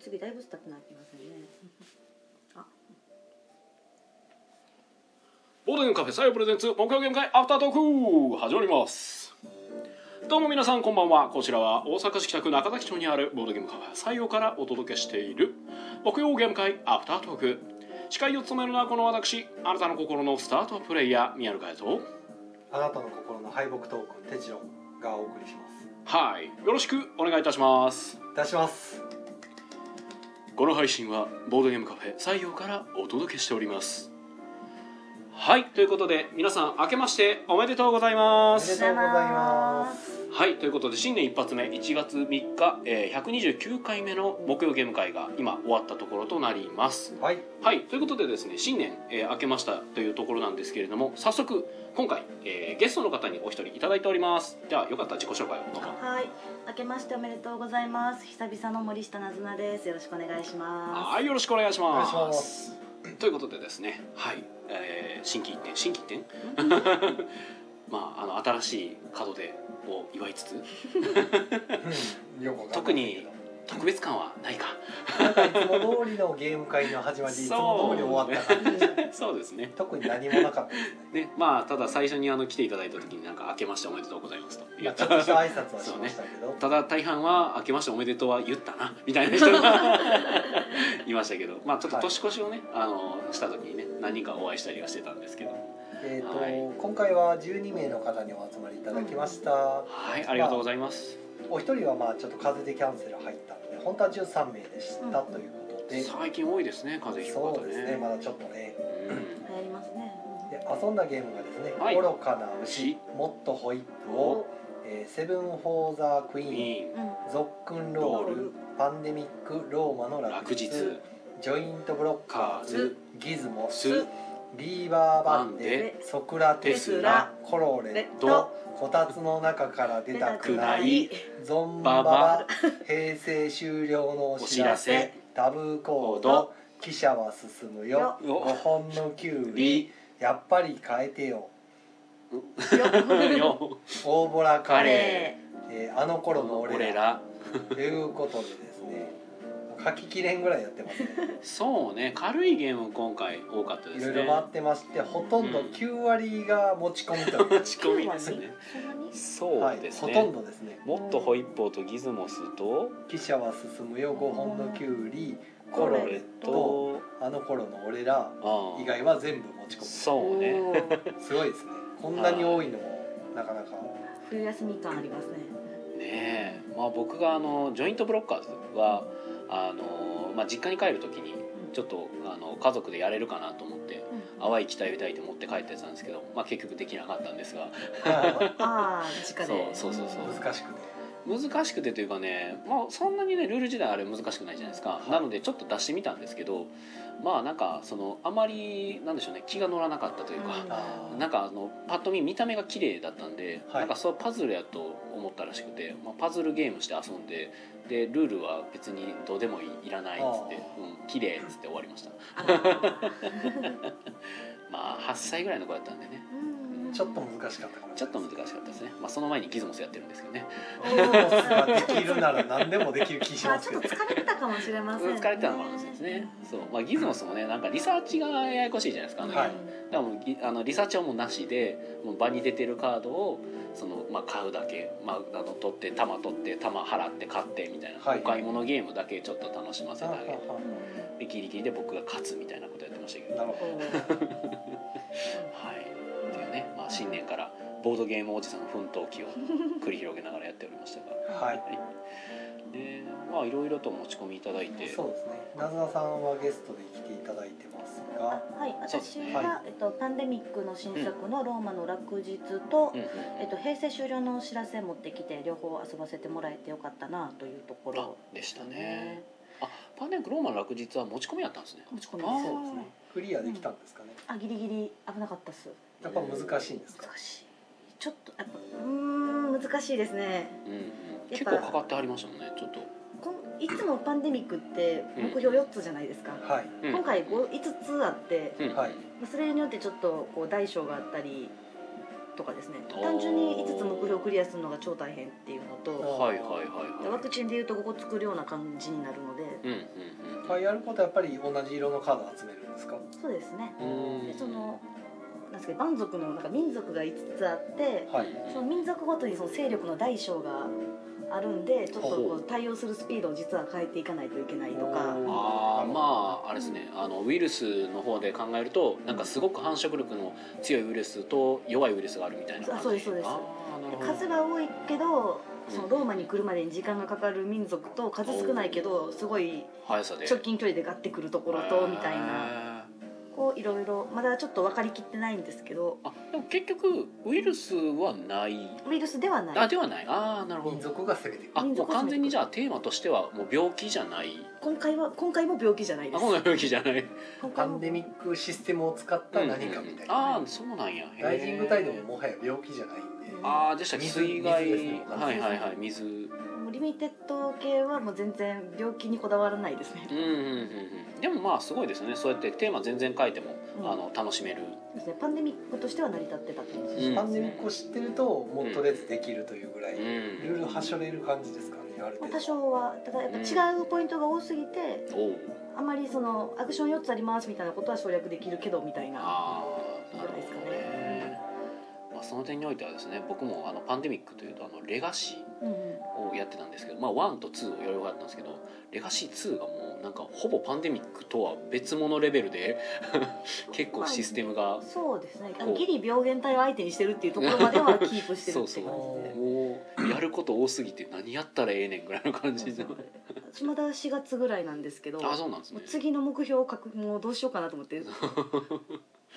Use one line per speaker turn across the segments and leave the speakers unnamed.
次大仏立ってなきゃいけませんね
ボードゲームカフェ最後プレゼンツ木曜ゲーム会アフタートーク始まりますどうも皆さんこんばんはこちらは大阪市北区中崎町にあるボードゲームカフェ最後からお届けしている木曜ゲーム会アフタートーク司会を務めるのはこの私あなたの心のスタートプレイヤー宮野佳代と
あなたの心の敗北トークテチロがお送りします
はいよろしくお願いいたします
出します
この配信はボードゲームカフェ採用からお届けしておりますはいということで皆さん明けましておめでとうございま
おめ
す
でとうございます
はいということで新年一発目1月3日、えー129回目の木曜ゲーム会が今終わったところとなります
はい
はいということでですね新年、えー明けましたというところなんですけれども早速今回、えーゲストの方にお一人いただいておりますではよかったら自己紹介をどうぞ
はい明けましておめでとうございます久々の森下なずなですよろしくお願いしま
はいよろしくお願いします
お願いします
ということでですねはい、えー、新規一点新規一 点まああの新しい門出を祝いつつ
うんよくわかん
特
ない
に特別感はないか
なんかいつも通りのゲーム会の始まりいつも通り終わった感じでしたね
そうですね
特に何もなかったですね
ねまあただ最初にあの来ていただいた時になんか「明けましておめでとうございます」と
ま
言
あ
っ
ちょ
た
っとした挨拶はしましたけど、
ただ大半は「明けましておめでとう」は言ったなみたいな人がいましたけどまあちょっと年越しをね、あのした時にね何人かお会いしたりはしてたんですけど
えーと
はい
今回は12名の方にお集まりいただきました、
はいありがとうございます、
お一人はまあちょっと風邪でキャンセル入ったので本当は13名でした
うん
ということで、
最近多いですね風邪ひく
そ
方
う
ね
ですねまだちょっとね
うん
す流行りますね
で遊んだゲームがですね「
はい
愚かな牛もっとホイップを」えーセブン・フォー・ザ・クイーン」
いい
うんうん
「ゾックン・ロール」「パンデミック・ローマの
落
落日
日」
ジョイント・ブロッカーズ」「ギズモ」
す
「リーバー・バンデ」
バンデ
「ソクラテスラ」「コロ
レ
レ
ッ」
と
ド
「こたつの中から出たく
出た
な」
くないい
ゾンババ平成終了のお知
お知
ら
ら
せ
せ
ダブコード記者は進むよ
お
5本のキュウリ
り
やっぱり変えてよ
よ
よ
大ボラカ
カ
レ
レ
ー、えーあの頃の俺
俺
ら
ら
ということでですねもう書ききれんぐらいやってます ね
そうね軽いゲーム今回多かったで
い
す
ろい
ね
ろ回ってましてほとんど
うん
9割が持ち込みという、
仕込みですねそ
は
う
い、
です
ほ
ね、
とんどですね
もっとホイッポーとギズモスと
記者は進むよ5本のキュウリコ
コ
ロ
ロ
レ
レ
と
と
あの頃の俺ら
ああ
以外は全部持ち込み
そうね
おー
すごいですね。こんなに多いのもなかなか。
冬休み感ありますね
ねえまあ僕があのジョイントブロッカーズはあの、まあ、実家に帰る時にちょっとあの家族でやれるかなと思って淡い期待を抱いて持って帰ったやつなんですけど、まあ、結局できなかったんですが
ああ直で
そうそうそうそう
難しくね。
難しくてというかね、まあ、そんなにねルール自体あれ難しくないじゃないですか、
はい
なのでちょっと出してみたんですけどまあなんかそのあまりなんでしょうね気が乗らなかったというか、
あ
なんかあのパッと見見た目が綺麗だったんで、
はい
なんかそうパズルやと思ったらしくて、まあ、パズルゲームして遊んででルールは別にどうでもいいいらないっつって
あ
「うん綺麗っつって終わりました
あら
まあ8歳ぐらいの子だったんでね
うん
ちょっと難しかったかも。
ちょっと難しかったですね、まあ、その前にギズモスやってるんですけどね
ギズモスができるなら何でもできる気し
まあ
ます
ち
け
ょ
ど
っと。疲れてたかもしれませんね
疲れてたのかもしれないですねそう、まあ、ギズモスもねなんかリサーチがややこしいじゃないですかあのゲーム
は
だ
い
からもうぎあのリサーチはもうなしでもう場に出てるカードをその、まあ、買うだけ、まあ、あの取って玉取って玉払って買ってみたいな、
はい
お買い物ゲームだけちょっと楽しませて
あ
あ
は
げる
は
でギリギリで僕が勝つみたいなことやってましたけど
な
はい
るほど。
っていうね、まあ、新年からボードゲームおじさんの奮闘記を繰り広げながらやっておりましたが
はい。
でまあいろいろとお持ち込みいただいて
そうですね。なずなさんはゲストで来ていただいてます
あ
が、
はい、
そうです
私
ね
は、
は
えっと、パンデミックの新作の「ローマの落日と」
うんうん
えっと、平成終了のお知らせ持ってきて両方遊ばせてもらえてよかったなというとこ
あ
ろ
でしたねあパンデミックローマの落日は持ち込みやったんですね
持ち込みで
あー
す
そうですね。クリアできたんですかね。
あギリギリ危なかったっす
やっぱ難しいんですか。
難しいちょっとやっぱうーん難しいですね
うんうん、
やっ
結
ぱ
構かかってありましたもんねちょっと
こんいつもパンデミックって目標4つじゃないですか、
はい。
うん
今回 5, 5つあって
うん
はい
それによってちょっとこう大小があったりとかですね
おー
単純に5つ目標クリアするのが超大変っていうのと
はいはいはい
ワ
はい
クチンでいうとここ作るような感じになるので
うんうん
ぱいやることはやっぱり同じ色のカード集めるんですか
そうですね
うん
でそのなんですか蛮族のなんか民族が5つあって
はい
その民族ごとにその勢力の大小があるんでちょっとこう対応するスピードを実は変えていかないといけないとか
おー
ああまああれですねあのウイルスの方で考えるとなんかすごく繁殖力の強いウイルスと弱いウイルスがあるみたいな
あそうですそうです
あーなるほど
数は多いけど
うん
そのローマに来るまでに時間がかかる民族と数少ないけどすごい
速さで
直近距離でガッてくるところとみたいな
な
こういろいろまだちょっと分かりきってないんですけど
あでも結局ウイルスはない
ウイルスではない
あではないああなるほ
民
ど
族が攻めていく
あ
民
もう
族
完全にじゃあテーマとしてはもう病気じゃない
今回は今回も病気じゃないで
あ
す
こんな病気じゃない
今
パ
回も
ンデミックシステムを使った何かみたいな、
ああーそうなんやへー
ライジングタイドももはや病気じゃないんで
ああでしたっけ
水
水害
水ですね
はいはいはい水うん
もうリミテッド系はもう全然病気にこだわらないですね
うんうんうんでもまあすごいですねそうやってテーマ全然変えても、
うん
あの楽しめる
そうですねパンデミックとしては成り立ってたって感じです
うん
パンデミックを知ってるともうとりあえずできるというぐらい、
う
いろい
ん
ろはしょれる感じですかねある
まあ
程度
多少はただやっぱ違うポイントが多すぎて
おう
あまりそのアクション4つありますみたいなことは省略できるけどみたいな
ああなるほどねまあその点においてはですね僕もあのパンデミックというとあのレガシ
うんうん
ーをやってたんですけどまあ1と2をやり終わったんですけどレガシー2がもうなんかほぼパンデミックとは別物レベルで結構システムが
そうですねあ
こ
の
う
ギリ病原体を相手にしてるっていうところまではキープして るっていう感じで
もうやること多すぎて何やったらええねんぐらいの感じじゃない
そうまだ4月ぐらいなんですけど
あそうなんです
も
ね
う次の目標を書くもうどうしようかなと思って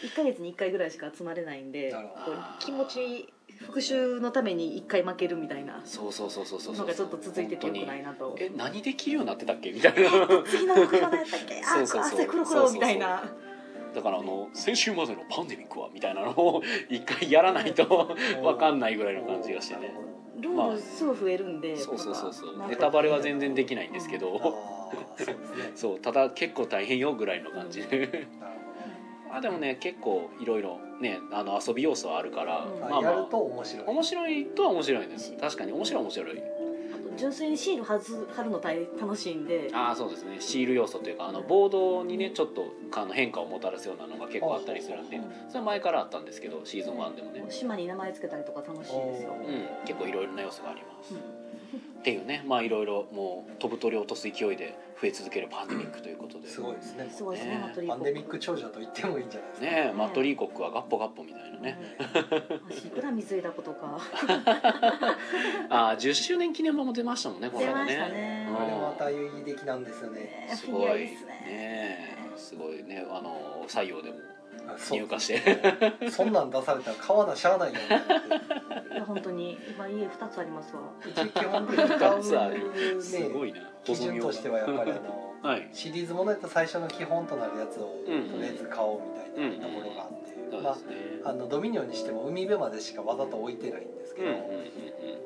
1ヶ月に1回ぐらいしか集まれないんで
なる
こ
ほ
う気持ち復習のために1回負けるみたいな
そうそうそうそうそうそ
の
う
がちょっと続いててよくないなと
本当にえ何できるようになってたっけみたいな
次の目標何やったっけあ
そ
ー
うそうそう
あそう黒黒みたいな
だからあの先週までのパンデミックはみたいなのを一回やらな いとわかんないぐらいの感じがしてね
ルールすごい増えるんで
そうそうそうそう
なんか
ネタバレは全然できないんですけ
あー
ど
そうですね
そうただ結構大変よぐらいの感じで
なる
あでもね結構いろいろねあの遊び要素はあるから、
うん
ほど
まあま
やる
あ
と面白い
面白いとは面白いです確かに面白いは面白い
あと純粋にシールはず貼るの大楽しいんで
ああそうですねシール要素というかあのボードにねちょっとあの変化をもたらすようなのが結構あったりするんでそれは前からあったんですけどシーズン1でもね、
島に名前つけたりとか楽しいですよ
お
う
ー
ん、結構いろいろな要素があります、っていうねまあいろいろもう飛ぶ鳥を落とす勢いで増え続けるパンデミックということです
ごいですね
すごいですね
ね
マトリー
パ
コ
ンデミック長者と言ってもいいんじゃないですか
ねえマットリーコックはガッポガッポみたいなね、
いくら水いだことか
ああ10周年記念版も出ましたもんねこの
出
間
ま
ね
したね
これまた有意義的なんですよね
ね
す
フィギ
ご
ュア
い
いい
ね
ですね
えすごいねあの採用でも
あそう
入荷 して
そんなん出されたら買わなしゃあないよね
いや本当に今家二つありますわ
うち基本的に買
つある
う、ね、
すごいな
基準としてはやっぱりあの
はい
シリーズものやったら最初の基本となるやつをと
うん
りあえず買おうみたいなところがあって、
そう
ま
ですね、
あ、あのドミニオンにしても海辺までしかわざと置いてないんですけ
うん
ど、
うんうんうん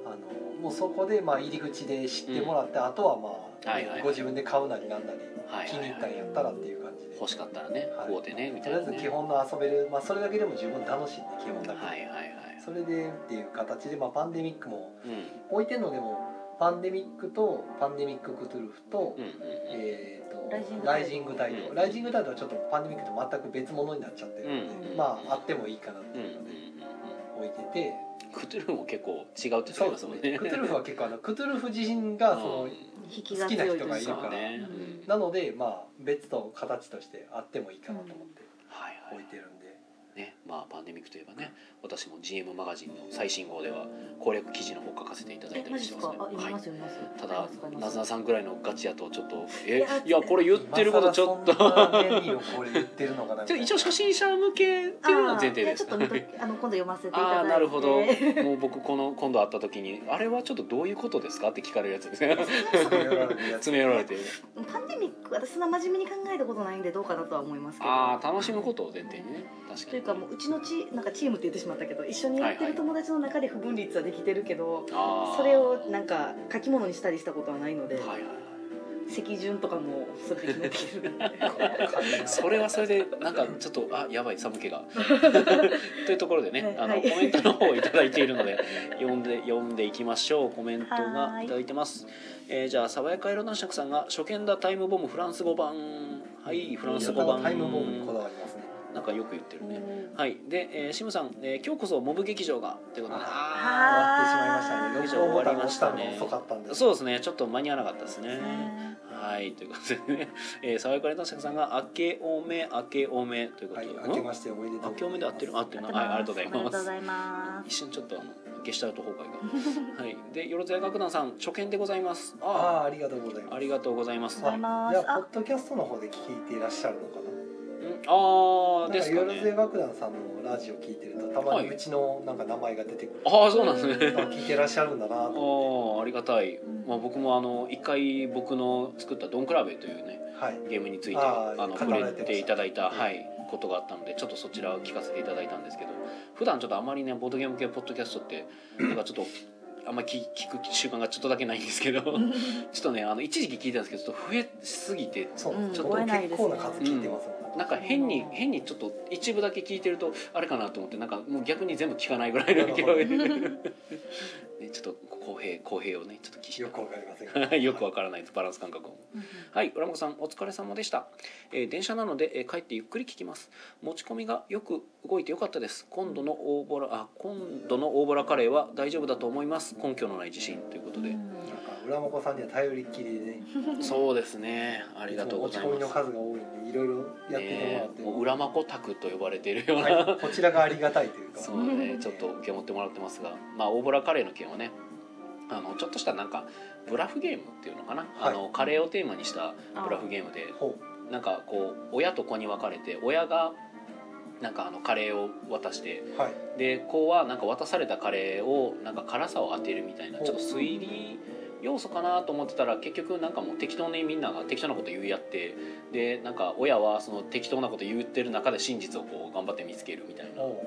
あのもうそこでまあ入り口で知ってもらって、あとはまあ、
はいはいはい
ご自分で買うなりなんなり
はい
気
は
に入
い
っ
は
た
い
んやったらっていう感じで、
欲しかったらね
はい
買うてねみ
と
たい
りあ
な
えず
ね
基本の遊べる、まあ、それだけでも十分楽しいんで基本だけで、
はいはいはい
それでっていう形で、まあ、パンデミックも
うん
置いてんのでもパンデミックとパンデミッククトゥルフと、
うんうんうん
えー、と
ライジングタイド
ライジングタ
うん
イド、ライジングタイドはちょっとパンデミックと全く別物になっちゃってるんで、
うん
まああってもいいかなっ
う
て
んうん
いうので
う
置いてて、
んクトゥルフも結構違うって言
そ
いうま
ですす
もん
ね
ね
クトゥルフは結構あのクトゥルフ自身がその、
うん
引きが強いと
好きな
いう
人が
か
いる
そうね
うん
うん
なのでまあ別と形としてあってもいいかなと思って
はいはい
置いてるんで、
ねまあパンデミックといえばね私も GM マガジンの最新号では攻略記事の方書かせていただい
え
た
マ
り
ジ
し
で
て
す
ます
か
ね
あ読み
は
ま
い
す読みます
ただなずな
さ
さんぐらいのガチやとちょっとえ
い
い
や
やこれ言ってることちょっと
今更そんな何をこれ言ってるのかなみ
ち
た
ょ
いな
一応初心者向けっていうのは前提です
ちょっと見 とあの今度読ませていただいて
ああなる ほどもう僕この今度会った時に「あれはちょっとどういうことですか?」って聞かれるやつですね
詰め寄られるやつ
詰め寄られて
パンデミック私そんな真面目に考えたことないんでどうかなとは思いますけど
ああ楽しむことを前提にね確か
とい
に
うかもううちのチなんかチームって言ってしまったけど一緒にやってる友達の中で不分率はできてるけど、
あー
それをなんか書き物にしたりしたことはないので、
はいはいはい
席順とかもそれで決まってきてるん で
それはそれでなんかちょっとあやばい寒気がというところでね、
はい
あ
は
の
い
コメントの方をいただいているので読んで読んでいきましょうコメント
は
が
ーい
いただいてます、えーじゃあ爽やか色男爵さんが初見だタイムボムフランス語版はいフランス語版
タイムボールにこだわりますね。
なんかよく言ってる ね
うん
はいで、えーシムさん、えー今日こそモブ劇場がということで
終
あ
わってしまいましたね。
以上
録音ボタンを押したのが遅かったん
あー
です。
そうですねちょっと間に合わなかったですね
ね
はいということでね、 えー、爽やかれたさんが「明けおめ明けおめ」ということ
はい、
で、
明けましておめでとう。
明けおめで合ってる合ってる
ー
なはいありがとうござい
ありが
ま
とうご
す
ざいます
一瞬ちょっとあのゲシュタルト崩 壊がはいでよろずや楽団さん初見でございますあ
ああ、ありがとうござい
あ
ま
ありがとうございます
す。
んあ
ざいます
はいじゃあ
あ
ポッドキャストの方で聞いていらっしゃるのかな。
あー
な
で
んか
すか
よろず
ね
や楽団さんのラジオ聞いてるとたま
はい
にうちのなんか名前が出てくる。
ああそうなんですね
聞いてらっしゃるんだな
あ
と。
あありがたい、まあ、僕もあの一回僕の作った「ドンクラベ」というね
はい。
ゲームについてあ
あー
の
語
触
られ
れ
てました
ていただいた、
うん
はい、ことがあったのでちょっとそちらを聞かせていただいたんですけど普段ちょっとあまりねボードゲーム系ポッドキャストってなんかちょっとあんまり聞聞く習慣がちょっとだけないんですけ どちょっとねあの一時期聞いたんですけどちょっと増えすぎて
そう、
うん
ちょっと
追えない
結
ですね
構な数聞いてますもんね。
なんか変に変にちょっと一部だけ聞いてるとあれかなと思ってなんかもう逆に全部聞かないぐらいの勢いで、 ね、ちょっと公平公平をねちょっと聞
よ
いて
くわかりませんが。
よくわからないですバランス感覚を。はい、浦本さんお疲れ様でした、えー電車なので、えー帰ってゆっくり聞きます持ち込みがよく動いてよかったです今度の大ボラあ今度の大ボラカレーは大丈夫だと思います根拠のない自信ということで、
なんか浦真子さんには頼りっきりでね。
そうですねありがとうございま
持ち込みの
す
数が多いんでいろいろやってもら
ね
っ
え
て。
もう裏まこタクと呼ばれているような、
はい、こちらがありがたいという か。
そうねちょっと受け持ってもらってますがまあ大ボラカレーの件はねあのちょっとしたなんかブラフゲームっていうのかな、あのカレーをテーマにしたブラフゲームで
ほ
なんかこう親と子に分かれて親がなんかあのカレーを渡して
う。はい。
で子はなんか渡されたカレーをなんか辛さを当てるみたいなちょっと推理要素かなと思ってたら結局なんかもう適当にみんなが適当なこと言い合ってでなんか親はその適当なこと言ってる中で真実をこう頑張って見つけるみたいな
おう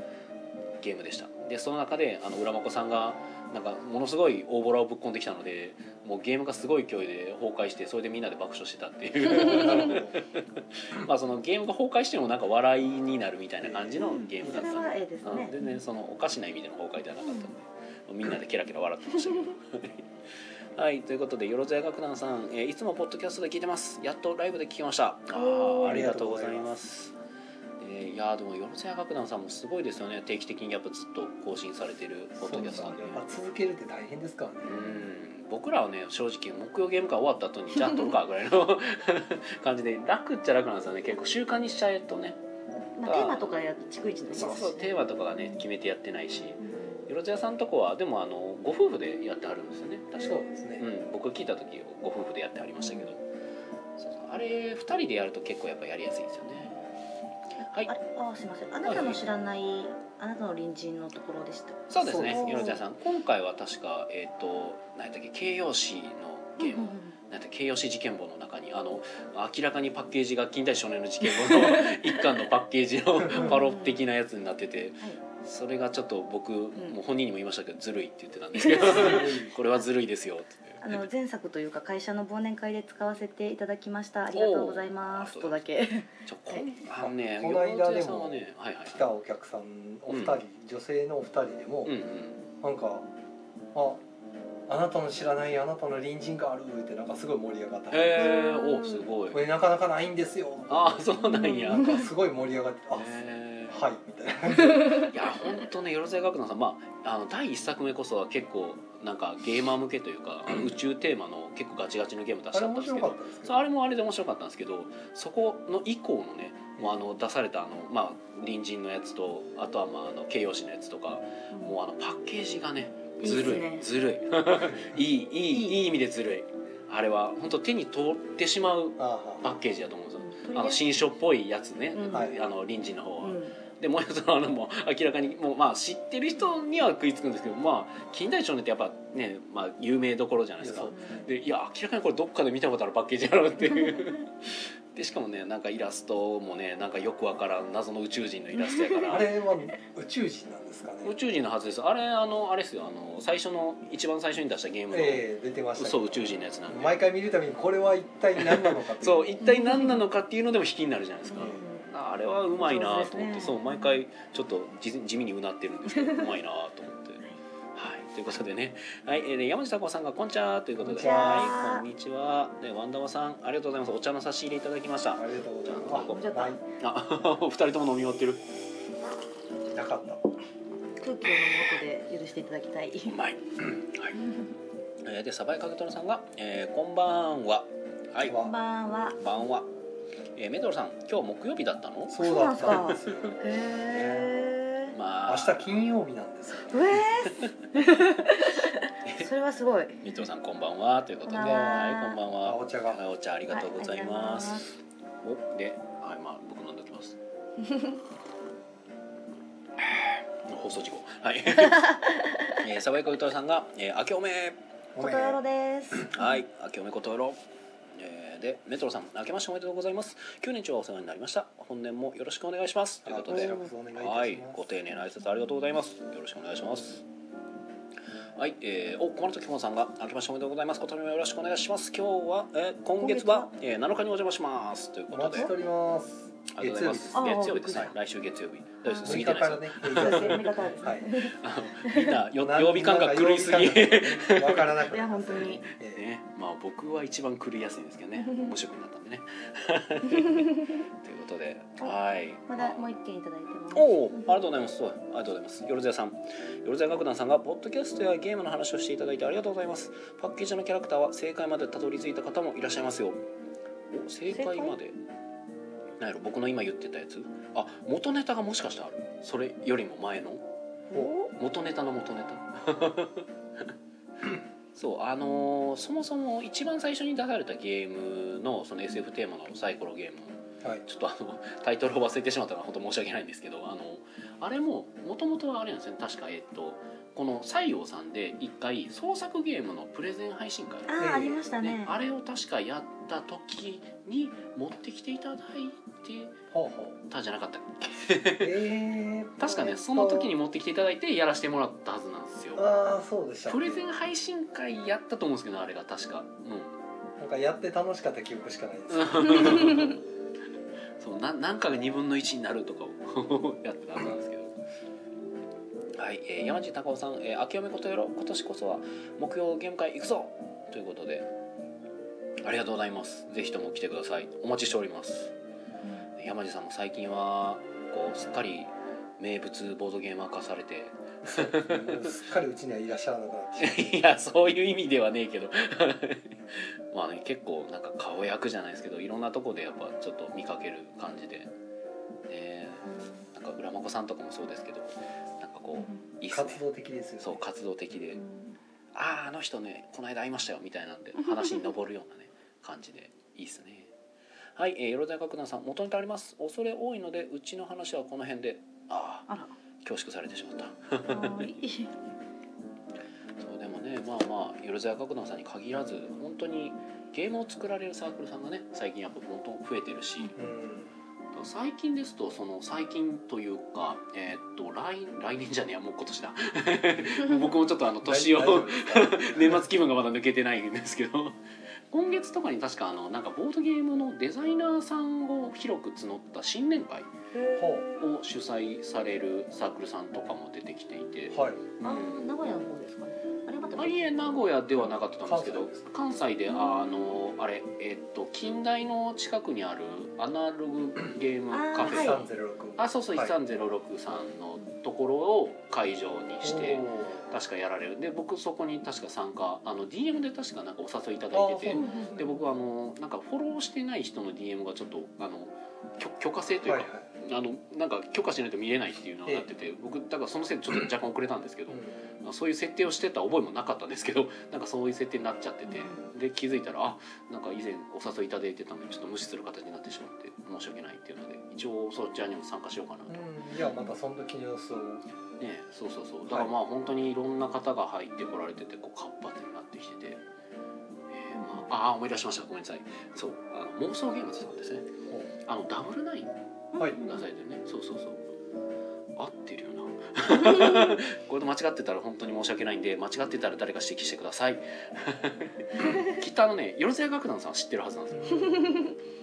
ゲームでしたでその中であの浦真子さんがなんかものすごい大ボラをぶっ込んできたのでもうゲームがすごい勢いで崩壊してそれでみんなで爆笑してたっていう。
なるほど。
まあ、そのゲームが崩壊してもなんか笑いになるみたいな感じのゲームだ
そ
った
れは
んで、
ええですね
うん全然そのおかしな意味での崩壊ではなかったんで、みんなでケラケラ笑ってましたけど はいということでよろずや楽団さん、えーいつもポッドキャストで聞いてますやっとライブで聞きましたあ
お
ー
ー
ありがとうございますえーいやーでもよろずや楽団さんもすごいですよね定期的にやっぱずっと更新されてるポッ
そ
ド
う
キ
で
ャス
す
ト
ね
なんで、。
まあ続けるって大変ですからね。
うん僕らはね正直木曜ゲーム会終わった後にじゃあ撮るかぐらいの 感じで楽っちゃ楽なんですよね結構習慣にしちゃえとね
まあテーマとかや逐一でき
そ
ま
う
すし
そうテーマとかがね決めてやってないしよろずやさんとこはでもあのご夫婦でやってはるんですよね確か
そうですね。
うん僕聞いた時ご夫婦でやってはりましたけどそうそうあれ2人でやると結構やっぱやりやすいですよねはい
あれあすいませんあなたの知らないあなたの隣人のところでした
そうです
そう
ね
そう
よろずやさん今回は確かえっ、と何やったっけ形容詞のゲーム、なんて形容詞事件簿の中にあの明らかにパッケージが近代少年の事件簿の一巻のパッケージのパロ的なやつになってて
はい
それがちょっと僕
ん
もう本人にも言いましたけどずるいって言ってたんですけど これはずるいですよって
あの前作というか会社の忘年会で使わせていただきましたありがとうございます
おー
とだけ
ちょこんあのね
この間でも
よろずやさんはねはいはい
来たお客さんお二人、
うん
女性のお二人でも、
うんうん
なんか「ああなたの知らないあなたの隣人がある」ってなんかすごい盛り上がった、
へえおすごい
これなかなかないんですよ」
ああそうなんや
なんかすごい盛り上がって「あ
へー
はい」みたいな い
や本当ねよろずや学団さんまああの第一作目こそは結構なんかゲーマー向けというかあの宇宙テーマの結構ガチガチのゲーム出し
あ
ち
れ
ゃったん
面
ですけ
白
ど
かったですけ
そうあれもあれで面白かったんですけどそこの以降のねもうあの出されたあの、まあ、隣人のやつとあとはまああの形容詞のやつとかもうあのパッケージがねずるい
いいですね
ずるい いいいいいい意味でずるいあれは本当手に取ってしまう
あ
パッケージだと思うんですよあの新書っぽいやつね、
うん
はい
あの隣人の方は、
うん
でもう一つはあのもう明らかにもうまあ知ってる人には食いつくんですけどまあ近代少年ってやっぱね、まあ、有名どころじゃないですか
いや
でいや明らかにこれどっかで見たことあるパッケージやろっていう でしかもねなんかイラストもねなんかよくわからん謎の宇宙人のイラストやから
あれは宇宙人なんですかね
宇宙人のはずですあれあのあれですよあの最初の一番最初に出したゲームの、
ええ出てましたけ
嘘
ど
宇宙人のやつなんで
毎回見るたびにこれは一体何なのかってい
そう一体何なのかっていうのでも引きになるじゃないですか、
うん
あれはうまいなと
そう
思っ
で
て、
すね
そう毎回ちょっと地地味にうなってるんですけどうまいなと 思って。はい、ということでね、はい、えーね、山地孝さんがこんちゃーということ
こん
で、
ちゃー
はい、こんにちは。で、ワンダマさん、ありがとうございます。お茶の差し入れいただきました
あ。りがとうござい
あ
飲んじゃっ
ます
た
あ
あ、 お二人とも飲み終わってる。
ないなかった
空気を飲むことで許していただきたい
うまい。はい。えーで、サバイカゲトラさんが、えーこんばんは。はい、こ
こんばんは
んばんは。えーメドロさん、今日木曜日だったの。
そうだったんですよ
へえ
ま
明
あ、
日金曜日なんですよ
うえー それはすごい
メドロさん、こんばんはということで、
こ
は
ん
い、
ばんは
こんばん
あ
は。
お茶が
はいお茶ありがとうございます。
はい
おで、はい、まあ僕飲んでおき ます。放送事故。はい。 えー、サバイカウトさんが、えー、明けおめ。
お
こと
め
よろです
はい、明けおめことやろ。えー、で、メトロさん、明けましておめでとうございます。去年中はお世話になりました。本年もよろしくお願いします。ということで
あ。こちらこそお願いいたします
はい、ご丁寧な挨拶ありがとうございます。よろしくお願いします。はい、えー、お、この時もさんが、明けましておめでとうございます。今年もよろしくお願いします。今日は、えー、今月は
今、
えー、7日にお邪魔します。というこ
お
と
待
で
ちして。おります
ありがとうございます。
月曜日
月曜日です。
あ
はい、来週月曜日。大丈夫です過
6
ぎ
日
て
か
ないで
らね
読み方ですね
はい
す。みんな よ曜日感が狂いすぎ。
なんか曜日感がわからなく
いや本当に
え
ね、まあ僕は一番狂いやすいんですけどね、無職になったん でね。 ということで、はい。
まだもう一件いただいてます
おお、ありがとうございます。すごい、ありがとうございます。よろずやさん、よろずや楽団さんがポッドキャストやゲームの話をしていただいてありがとうございます。パッケージのキャラクターは正解までたどり着いた方もいらっしゃいますよ。お、正解まで。なんやろ、僕の今言ってたやつ。あ、元ネタがもしかしてある。それよりも前の。
お
元ネタの元ネタ そうあのーそもそも一番最初に出されたゲームのその SF テーマのサイコロゲーム
えはい
ちょっとあの タイトルを忘れてしまったのは本当申し訳ないんですけどあのあれももともとはあれなんですね確かえっとこの西洋さんで一回創作ゲームのプレゼン配信会
あーありました
ね
ね
あれを確かやった時に持ってきていただいて
ほうほう
たじゃなかったっけ
えー
確かねその時に持ってきていただいてやらせてもらったはずなんですよ
ああそうでした
プレゼン配信会やったと思うんですけどあれが確か、
なんかやって楽しかった記憶しかないです
うん、そうななんかが2分の1になるとかを やってたはずなんですけどはい、えー山地隆夫さん「えー、明けおめことよろ今年こそは目標ゲーム会行くぞ!」ということでありがとうございますぜひとも来てくださいお待ちしております山地さんも最近はこうすっかり名物ボードゲーマー化されて
もうすっかりうちにはいらっしゃらなくなって し
いやそういう意味ではねえけど まあね結構なんか顔役じゃないですけどいろんなとこでやっぱちょっと見かける感じで、ねえ、なんか浦真子さんとかもそうですけどなんかこういいっ
ます
ね
活動的ですよね
そう活動的で「あああの人ねこの間会いましたよ」みたいなんで話に上るようなね 感じでいいっすねはい、えー、よろずや角団さん元ネタあります恐れ多いのでうちの話はこの辺でああ
あら
恐縮されてしまった
はーい
そうでもねまあまあよろずや角団さんに限らず本当にゲームを作られるサークルさんがね最近やっぱ本当増えてるし
うん
最近ですとその最近というかえーっと来来年じゃねえやもう今年だ 僕もちょっとあの年
大丈
を
夫ですか
年末気分がまだ抜けてないんですけど今月とかに確かあのなんかボードゲームのデザイナーさんを広く募った新年会
ほ
を主催されるサークルさんとかも出てきていて
うはい
あー名古屋の方ですかねあれまた
あいえ名古屋ではなかったんですけど関西であのあれえっと近代の近くにあるアナログゲームカフェ
はい
さん
三ゼロ六
あそうそう
はい
1306さんのところを会場にして
おー
確かやられるで僕そこに確か参加あの DM で確かなんかお誘いいただいて
あ
て
そう
で僕はあのなんかフォローしてない人の DM がちょっとあの許許可制というか、
はいはい
あのなんか許可しないと見れないっていうのがなってて、僕だからそのせいでちょっと若干遅れたんですけど、
う
まあそういう設定をしてた覚えもなかったんですけど なんかそういう設定になっちゃっててで気づいたらあなんか以前お誘いいただいてたのにちょっと無視する形になってしまって申し訳ないっていうので一応そちらにも参加しようかなと、ね
んうんじゃあまたその時の様子を
そうそうそうだからまあ本当にいろんな方が入ってこられててこう活発になってきてて、えーまあああ思い出しましたごめんなさいそうあの妄想ゲームズさんですねあのダブルナイン
はい
なさいでねそうそうそう合ってるよな これと間違ってたら本当に申し訳ないんで間違ってたら誰か指摘してくだ さいきっとあのねよろずや楽団さんは知ってるはずなんです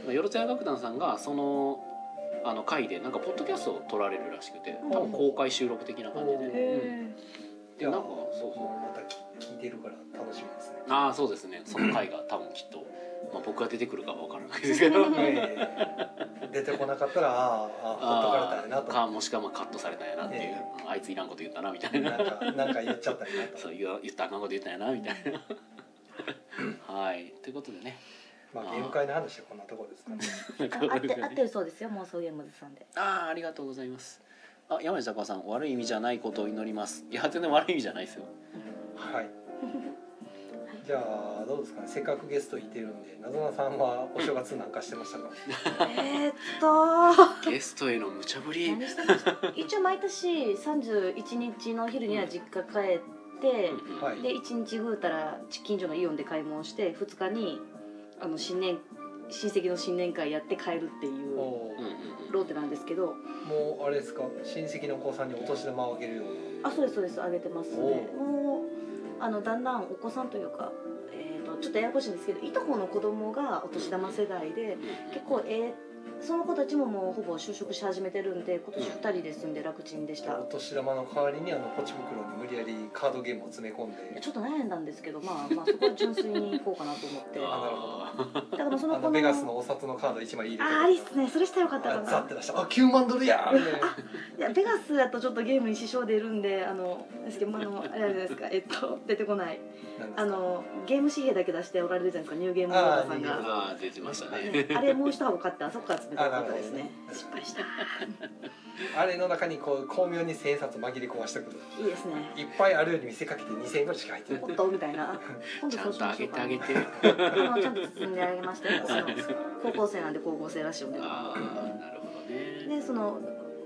よよろずや楽団さんがそのあの回でなんかポッドキャストを撮られるらしくて多分公開収録的な感じで、
うん
うん
い
で
や
なんか
も
そう
う
そう
また聞聞いてるから楽しみですね
ああそうですねその回が多分きっと、まあ、僕が出てくるかは分からないですけど
えー出てこなかったらあーあーほっとかれたんやなと
かもしくはまあカットされたんやなっていう、
え
あいついらんこと言ったなみたいな
なんかなんか言っちゃったんやなと
そう言わ言ったらあかんこと言ったんやなみたいなはいということでね
まあゲーム会の話はこんなところですか
な
ね
んか
あ合って合ってるそうですよ妄想ゲームズさんで
ああありがとうございますあ山下孝さん悪い意味じゃないことを祈りますいや全然悪い意味じゃないですよ
はいじゃあどうですかねせっかくゲストいてるんでなぞなさんはお正月なんかしてましたか
えーっ と
ゲストへの無茶ぶり
何してました一応毎年31日の昼には実家帰って、
はい
で1日ぐうたら近所のイオンで買い物して2日にあの新年親戚の新年会やって帰るっていう
お
ロ
お
うんうんうん
ーテなんですけど
もうあれですか親戚のお子さんにお年玉をあげるよう
あそうですそうですあげてますね
お
もうあのだんだんお子さんというか、えー、とちょっとややこしいんですけどいとこの子供がお年玉世代で結構えーその子たちももうほぼ就職し始めてるんで今年2人で住んで楽ちんでした
なお年玉の代わりにあのポチ袋に無理やりカードゲームを詰め込んで
ちょっと悩んだんですけど、まあ、まあそこは純粋に行こうかなと思って
あ
だ
あー
からまあそ
あ
の子
のベガスのお札のカード1枚入れて
ああいいっすねそれしたらよかったか
あザ
な
ッて出したあ9万ドルやーみたいない
やベガスだとちょっとゲームに支障出るんであのですけどまああのあれじゃないです かえっと出てこない
なんですか
あのゲームシゲだけ出しておられるじゃないですかニューゲームウォーカーさんが
あー出てました
あ,、
ね
ね、あれもう一箱買ってあそこから詰めたかったですね
あなるほどね
失敗した
あれの中にこう巧妙に千円札紛れ込ましてくる
いいですね
いっぱいあるように見せかけて2000円ぐらいしか入ってない
おっとみたいな今
ち
度そう
ゃ
んし
とあ
ましょ
げ
う
て
か
あげて
あのちゃんと包んであげましたよ
そうなんですか
高校生なんで高校生らしいので
ああなるほどね
でその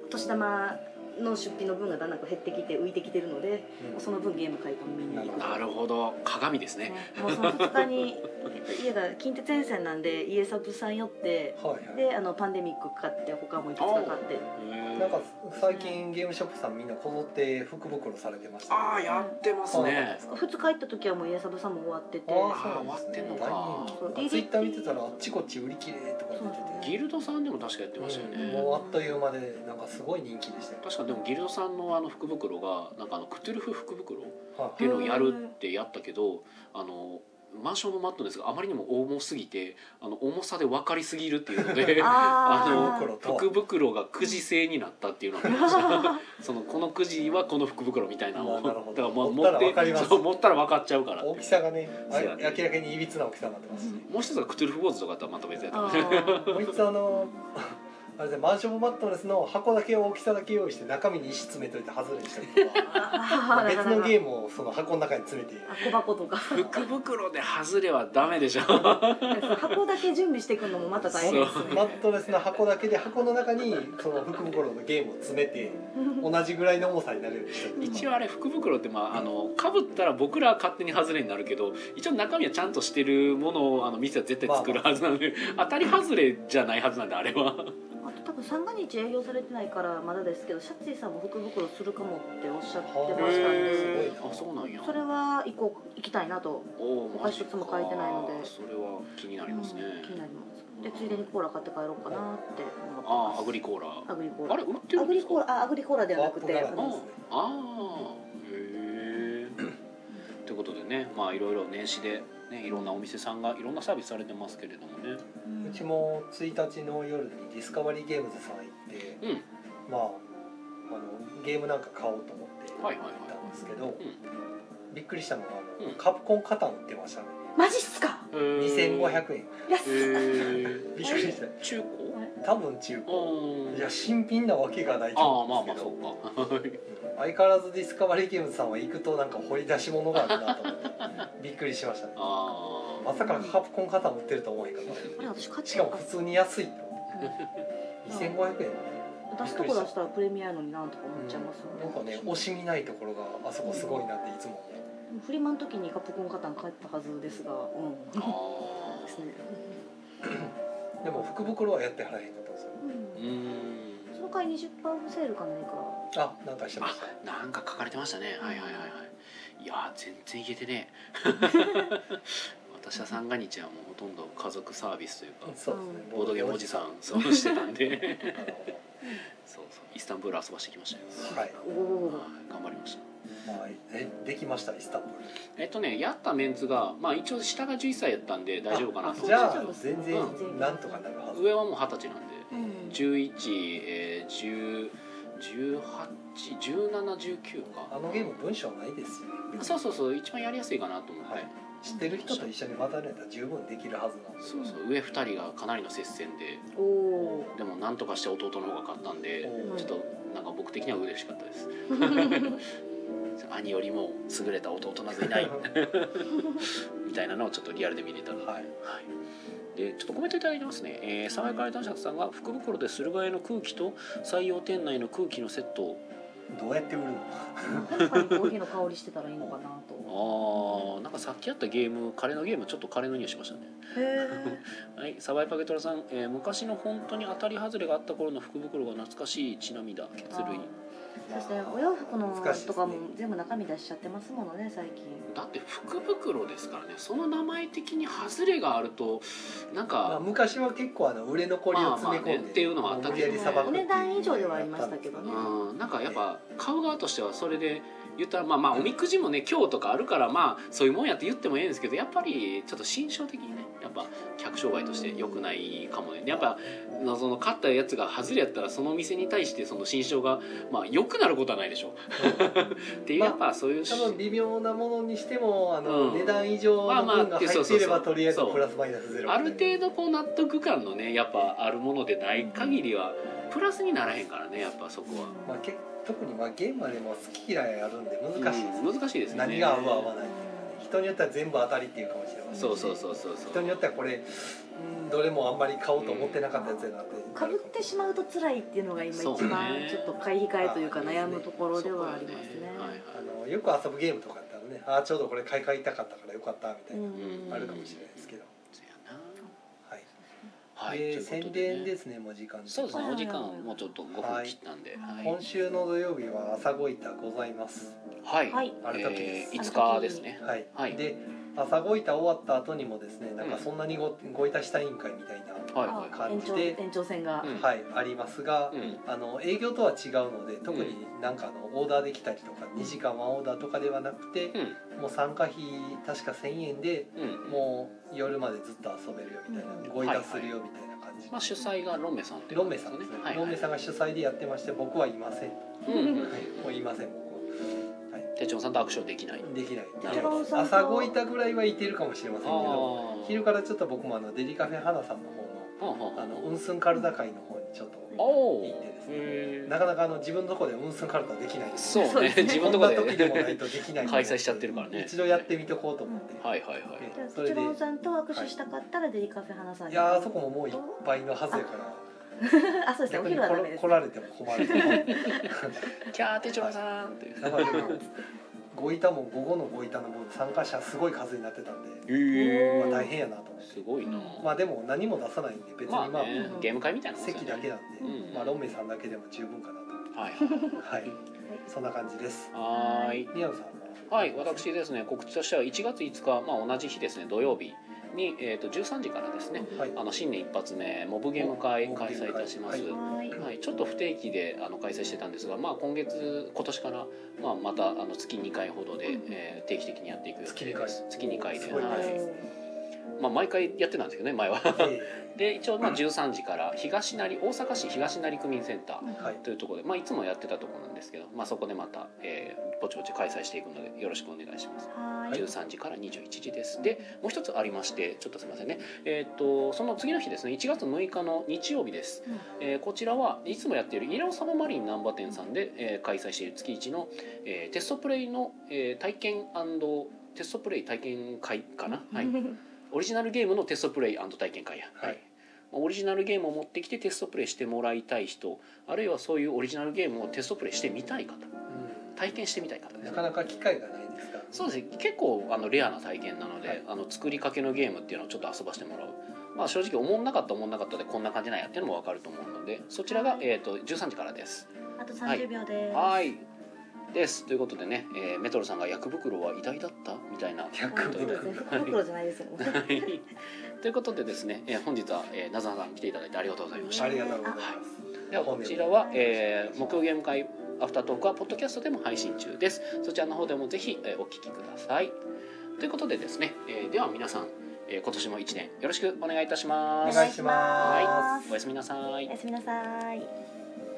年玉の出費の分がだんだんこう減ってきて浮いてきてるので
うん
その分ゲーム買い込みに行く
なるほど鏡ですね
ねもうその2日に、えっと、家が近鉄沿線なんで家サブさん寄って
はいは
であのパンデミック買って他もいくつか買って
いなんか最近ゲームショップさんみんなこぞって福袋されてました
ああやってますね
2日行った時はもう家サブさんも終わってて
あ
あー終わってんのか
そう
ツイッター見てたらあっちこっち売り切れとか言ってて
ギルドさんでも確かやってましたよ
うん
ね、
もうあっという間でなんかすごい人気でしたよ
確かでもギルドさんのあの福袋がなんかあのクトゥルフ福袋っ
は
ていうのをやるってやったけどあのマンションのマットネスがあまりにも重すぎてあの重さで分かりすぎるっていうの で
あ
あ
あ
の袋
福袋がくじ制になったっていうの がそのこのくじはこの福袋みたいなのを
な
だ
る
か
ほど
らまあ
持
持
ったら
っ
分かり
て
ます
そう持ったら分かっちゃうからってい
大
う
きさがねあ
そうやね
明らかにいびつな大きさになってますね
もう一つはクトゥルフウォーズとかだったらまた別やった
あ
か
ー
こいつあの あれですねマンションマットレスの箱だけ大きさだけ用意して中身に石詰めといて外れにしたりとか
あー
別のゲームをその箱の中に詰めて
あ小箱とから
福袋で外れはダメでしょ
箱だけ準備していくのもまた大変です
マ
ね
ットレスの箱だけで箱の中にその福袋のゲームを詰めて同じぐらいの重さになるようにしたりとか
一応あれ福袋ってまああのかぶったら僕らは勝手に外れになるけど一応中身はちゃんとしてるものをあの店は絶対作るはずなので、当たり外れじゃないはずなんであれは
あと多分三が日営業されてないからまだですけどシャツイさんも福袋するかもっておっしゃってましたんで
へ
あそうなんや
それは行こう行きたいなと
おーマジ
他一つも書いてないので
それは気になりますね、
うん気になりますでついでにコーラ買って帰ろうかなって思って
あ
ま
あ
す
アグリコーラ
アグリコーラ
あれ売ってる
ア
ん
グ
で
リ
す
コー
か
ラあアグリコーラではなくて
ワッ
あ
プ柄
う
の
ん
あーへえということでねまあいろいろ年始で、ね、いろんなお店さんがいろんなサービスされてますけれどもね
うちも1日の夜にディスカバリーゲームズさん行って
うん
まああのゲームなんか買おうと思って行
はいはいはい
ったんですけど
う
びっくりしたのがあの
うん
カプコンカタン売ってましたね
マジっすか
ん
2500円
安
へ
っ
ー
びっくりした
中古
多分中古
うん
いや新品なわけがないと
ああ
思
ま
う
あ
ん
ま
で
あ
すけど
そうか
相変わらずディスカバリーゲームズさんは行くとなんか掘り出し物があるなと思 ってびっくりしましたね
あ
まさかカプコンカタン売ってると思わへんかった
あれ私買っ
し
ち
か
ゃ
も
う
普通に安いと2500円
出すとこ出したらプレミアのになとか思っちゃいますよね
なんかね惜しみないところがあそこすごいなっていつも思う
フリマの時にカプコンカタン買ったはずですがうん
あああ
ですね、
でも福袋はやってはらへんかったんですよ
うん
うん
その回20%オフセールか何か
あなんかしてま
あ
した
なんか書かれてましたねはいはいはいはいいやー全然言えてねえ私は三が日はもうほとんど家族サービスというか
そうですね
ボードゲームおじさんそうしてたんでそうそうイスタンブール遊ばしてきましたよ
はい
お
は
お
い頑張りました
まあえできましたイスタンブール
えっとねやったメンツがまあ一応下が11歳やったんで大丈夫かな
あ
と
そう
じゃあ
そうそう
全然
うん
なんとかなるはず
上はもう二十歳なんで
うん
11えー、10 18 1719
あ
か
のゲーム文章ないですよね
そうそうそう一番やりやすいかなと思って、
はい知ってる人と一緒に渡れたら十分できるはずなんで
そうそう上2人がかなりの接戦で
おお
でもなんとかして弟の方が勝ったんで
おー
ちょっとなんか僕的には嬉しかったです 兄よりも優れた弟などいないみたいなのをちょっとリアルで見れたら
はい
はい、でちょっとコメントいただいてますね、えー、沢井会男爵さんが福袋で駿河屋の空気と採用店内の空気のセットを
どうやって売るの
確かにコーヒーの香りしてたらいいのかな と
あーなんかさっきやったゲームカレーのゲームちょっとカレーの匂いしましたね
へえ
はいサバイパゲトラさん、えー昔の本当に当たり外れがあった頃の福袋が懐かしい血涙血類
そしてお洋服の
難しいですね
とかも全部中身出しちゃってますものね最近
だって福袋ですからねその名前的に外れがあるとなん
まあ
か
昔は結構あの売れ残りを詰め込
まあまあ
ん
ね
で
っていうのはあった
無
け
理
ど
やりさばく
お
ってい
値
う
段以上ではありましたけどね
うん、なんかやっぱ買う側としてはそれで言ったらまあまあおみくじもね今日とかあるからまあそういうもんやって言ってもええんですけどやっぱりちょっと心象的にねやっぱ客商売として良くないかもねでやっぱその買ったやつが外れやったらその店に対してその心象がまあ良くなることはないでしょう っていうやっぱそういうし、
多分微妙なものにしてもあの、
うん
値段以上の分が入っていればとりあえずプラスマイナスゼロ
ある程度こう納得感のねやっぱあるものでない限りはプラスにならへんからねやっぱそこは。
まあ、け特にまあゲームはでも好き嫌いあるんで難しいです、
うん難しいですね
何が合う合わない人によっては全部当たりっていうかもしれませんし
そうそうそうそうそう
人によってはこれうんどれもあんまり買おうと思ってなかったやつやなって
かぶってしまうと辛いっていうのが今一
そう
番
ね
ちょっと買い控えというか
あそう
悩むところで
そこ
は
よ
ありますね
はいはい
あのよく遊ぶゲームとかってあるねああちょうどこれ買い替えたかったからよかったみたいな、
うん
あるかもしれないですけど、
そやな
はい
はい、
で
というこ
宣
とでね
伝ですねもう時間
そうですね
はい
お時間もうちょっと5分切ったんではい、
今週の土曜日は朝ごいたございます
はい
はい
あれだけです
えー5日ですね
はい、
はい
で朝ごいた終わった後にもですねなん
う
か
ん
そんなにごごいたした委員会みたいな、
はい
あ
はい
感
延
じ
長
で
延長戦が、
うん
はいありますが、
うん
あの営業とは違うので特になんかあのオーダーできたりとか2時間ワンオーダーとかではなくて、
う
もう参加費確か1,000円で
んうん
もう夜までずっと遊べるよみたいな、
うん
ごいたするよみたいな感じ、
まあ主催がロンメさんっていう
ロ
こと
ンメ
で
さ
す
んですね、
はい
ロ
は
ンメ
い
さんが主催でやってまして僕はいません、
うんうん
もういません僕は
手帳さんと握手できない
できない
な
るほど
朝ごいたぐらいはいてるかもしれませんけど
ー
昼からちょっと僕もあのデリカフェ花さんの方
はんはん
の
は
あ
ん
のうんすんカルタ会の方にちょっと
お
行っ
ー
てですね
へ
なかなかあの自分のとこでうんすんカルタできない
ー
です
そうね自分のとこ
こんな時でもない
で
とできない
開催しちゃってるからね
一度やってみとこうと思って、
はいはいはい
ね
じゃあ
それ
吉
で
郎さんと握手したかったらデリカフェ花さん
い
に
やーあそこももういっぱいのはずやから
あそうですねお
逆に
昼
来
は
ら
ダメです
来られても困る
キャー手帳さんっていう
だからごいたも午後のごいたの分参加者すごい数になってたんで、
へ
まあ、
ー
大変やなと思って
すごいな
まあでも何も出さないんで別にま
ま
あ、
あねゲーム会みたいなもんですよ
席
ね
だけなんで、
うん
まあ、ロンメイさんだけでも十分かな
はい
とはいそんな感じです
はーい
宮野さんは
はい、私ですね告知としては1月5日、まあ、同じ日ですね土曜日に、えー、と13時からですね
はい
あの新年一発目モブゲーム会開催いたします、は
はい
いちょっと不定期であの開催してたんですが、まあ、今月今年から、まあ、またあの月2回ほどで、えー定期的にやっていく予定です
月
月
2
2
回
回です
ごい
は
回
いまあ、毎回やってたんですけどね前は
え
で一応まあ13時から東成大阪市東成区民センター
ーはい
というところで、まあ、いつもやってたところなんですけど、まあ、そこでまた、えーぼちぼち開催していくのでよろしくお願いします
はい
13時から21時ですでもう一つありましてちょっとすいませんねえーっとその次の日ですね1月6日の日曜日です、えーこちらはいつもやっているイラオサママリン難波店さんで、えー開催している月1の、えーテストプレイの、えー体験テストプレイ体験会かな、はい、オリジナルゲームのテストプレイ体験会や、
はい
まあオリジナルゲームを持ってきてテストプレイしてもらいたい人あるいはそういうオリジナルゲームをテストプレイしてみたい方
うん
体験してみたい方です
なかなか機会がないですから、ね、
そうですね結構あのレアな体験なので、
はい
あの作りかけのゲームっていうのをちょっと遊ばしてもらう、まあ、正直思んなかった思んなかったでこんな感じなんやっていうのも分かると思うのでそちらが、えー、と13時からです
あと30秒です、
はいですということでね、えーメトロさんが薬袋は偉大だったみたいな
薬
本当
袋
ですね袋じゃないですもんね
はいということでですね、えー本日は、えー、なずなさん来ていただいてありがとうございました
ありがとうございます、
ではこちらは、えー、木曜ゲーム会アフタートークはポッドキャストでも配信中ですそちらの方でもぜひ、えーお聞きくださいということでですね、えーでは皆さん、えー今年も一年よろしくお願いいたします
お願いしま
は
す
い、おやすみなさい
おやすみなさい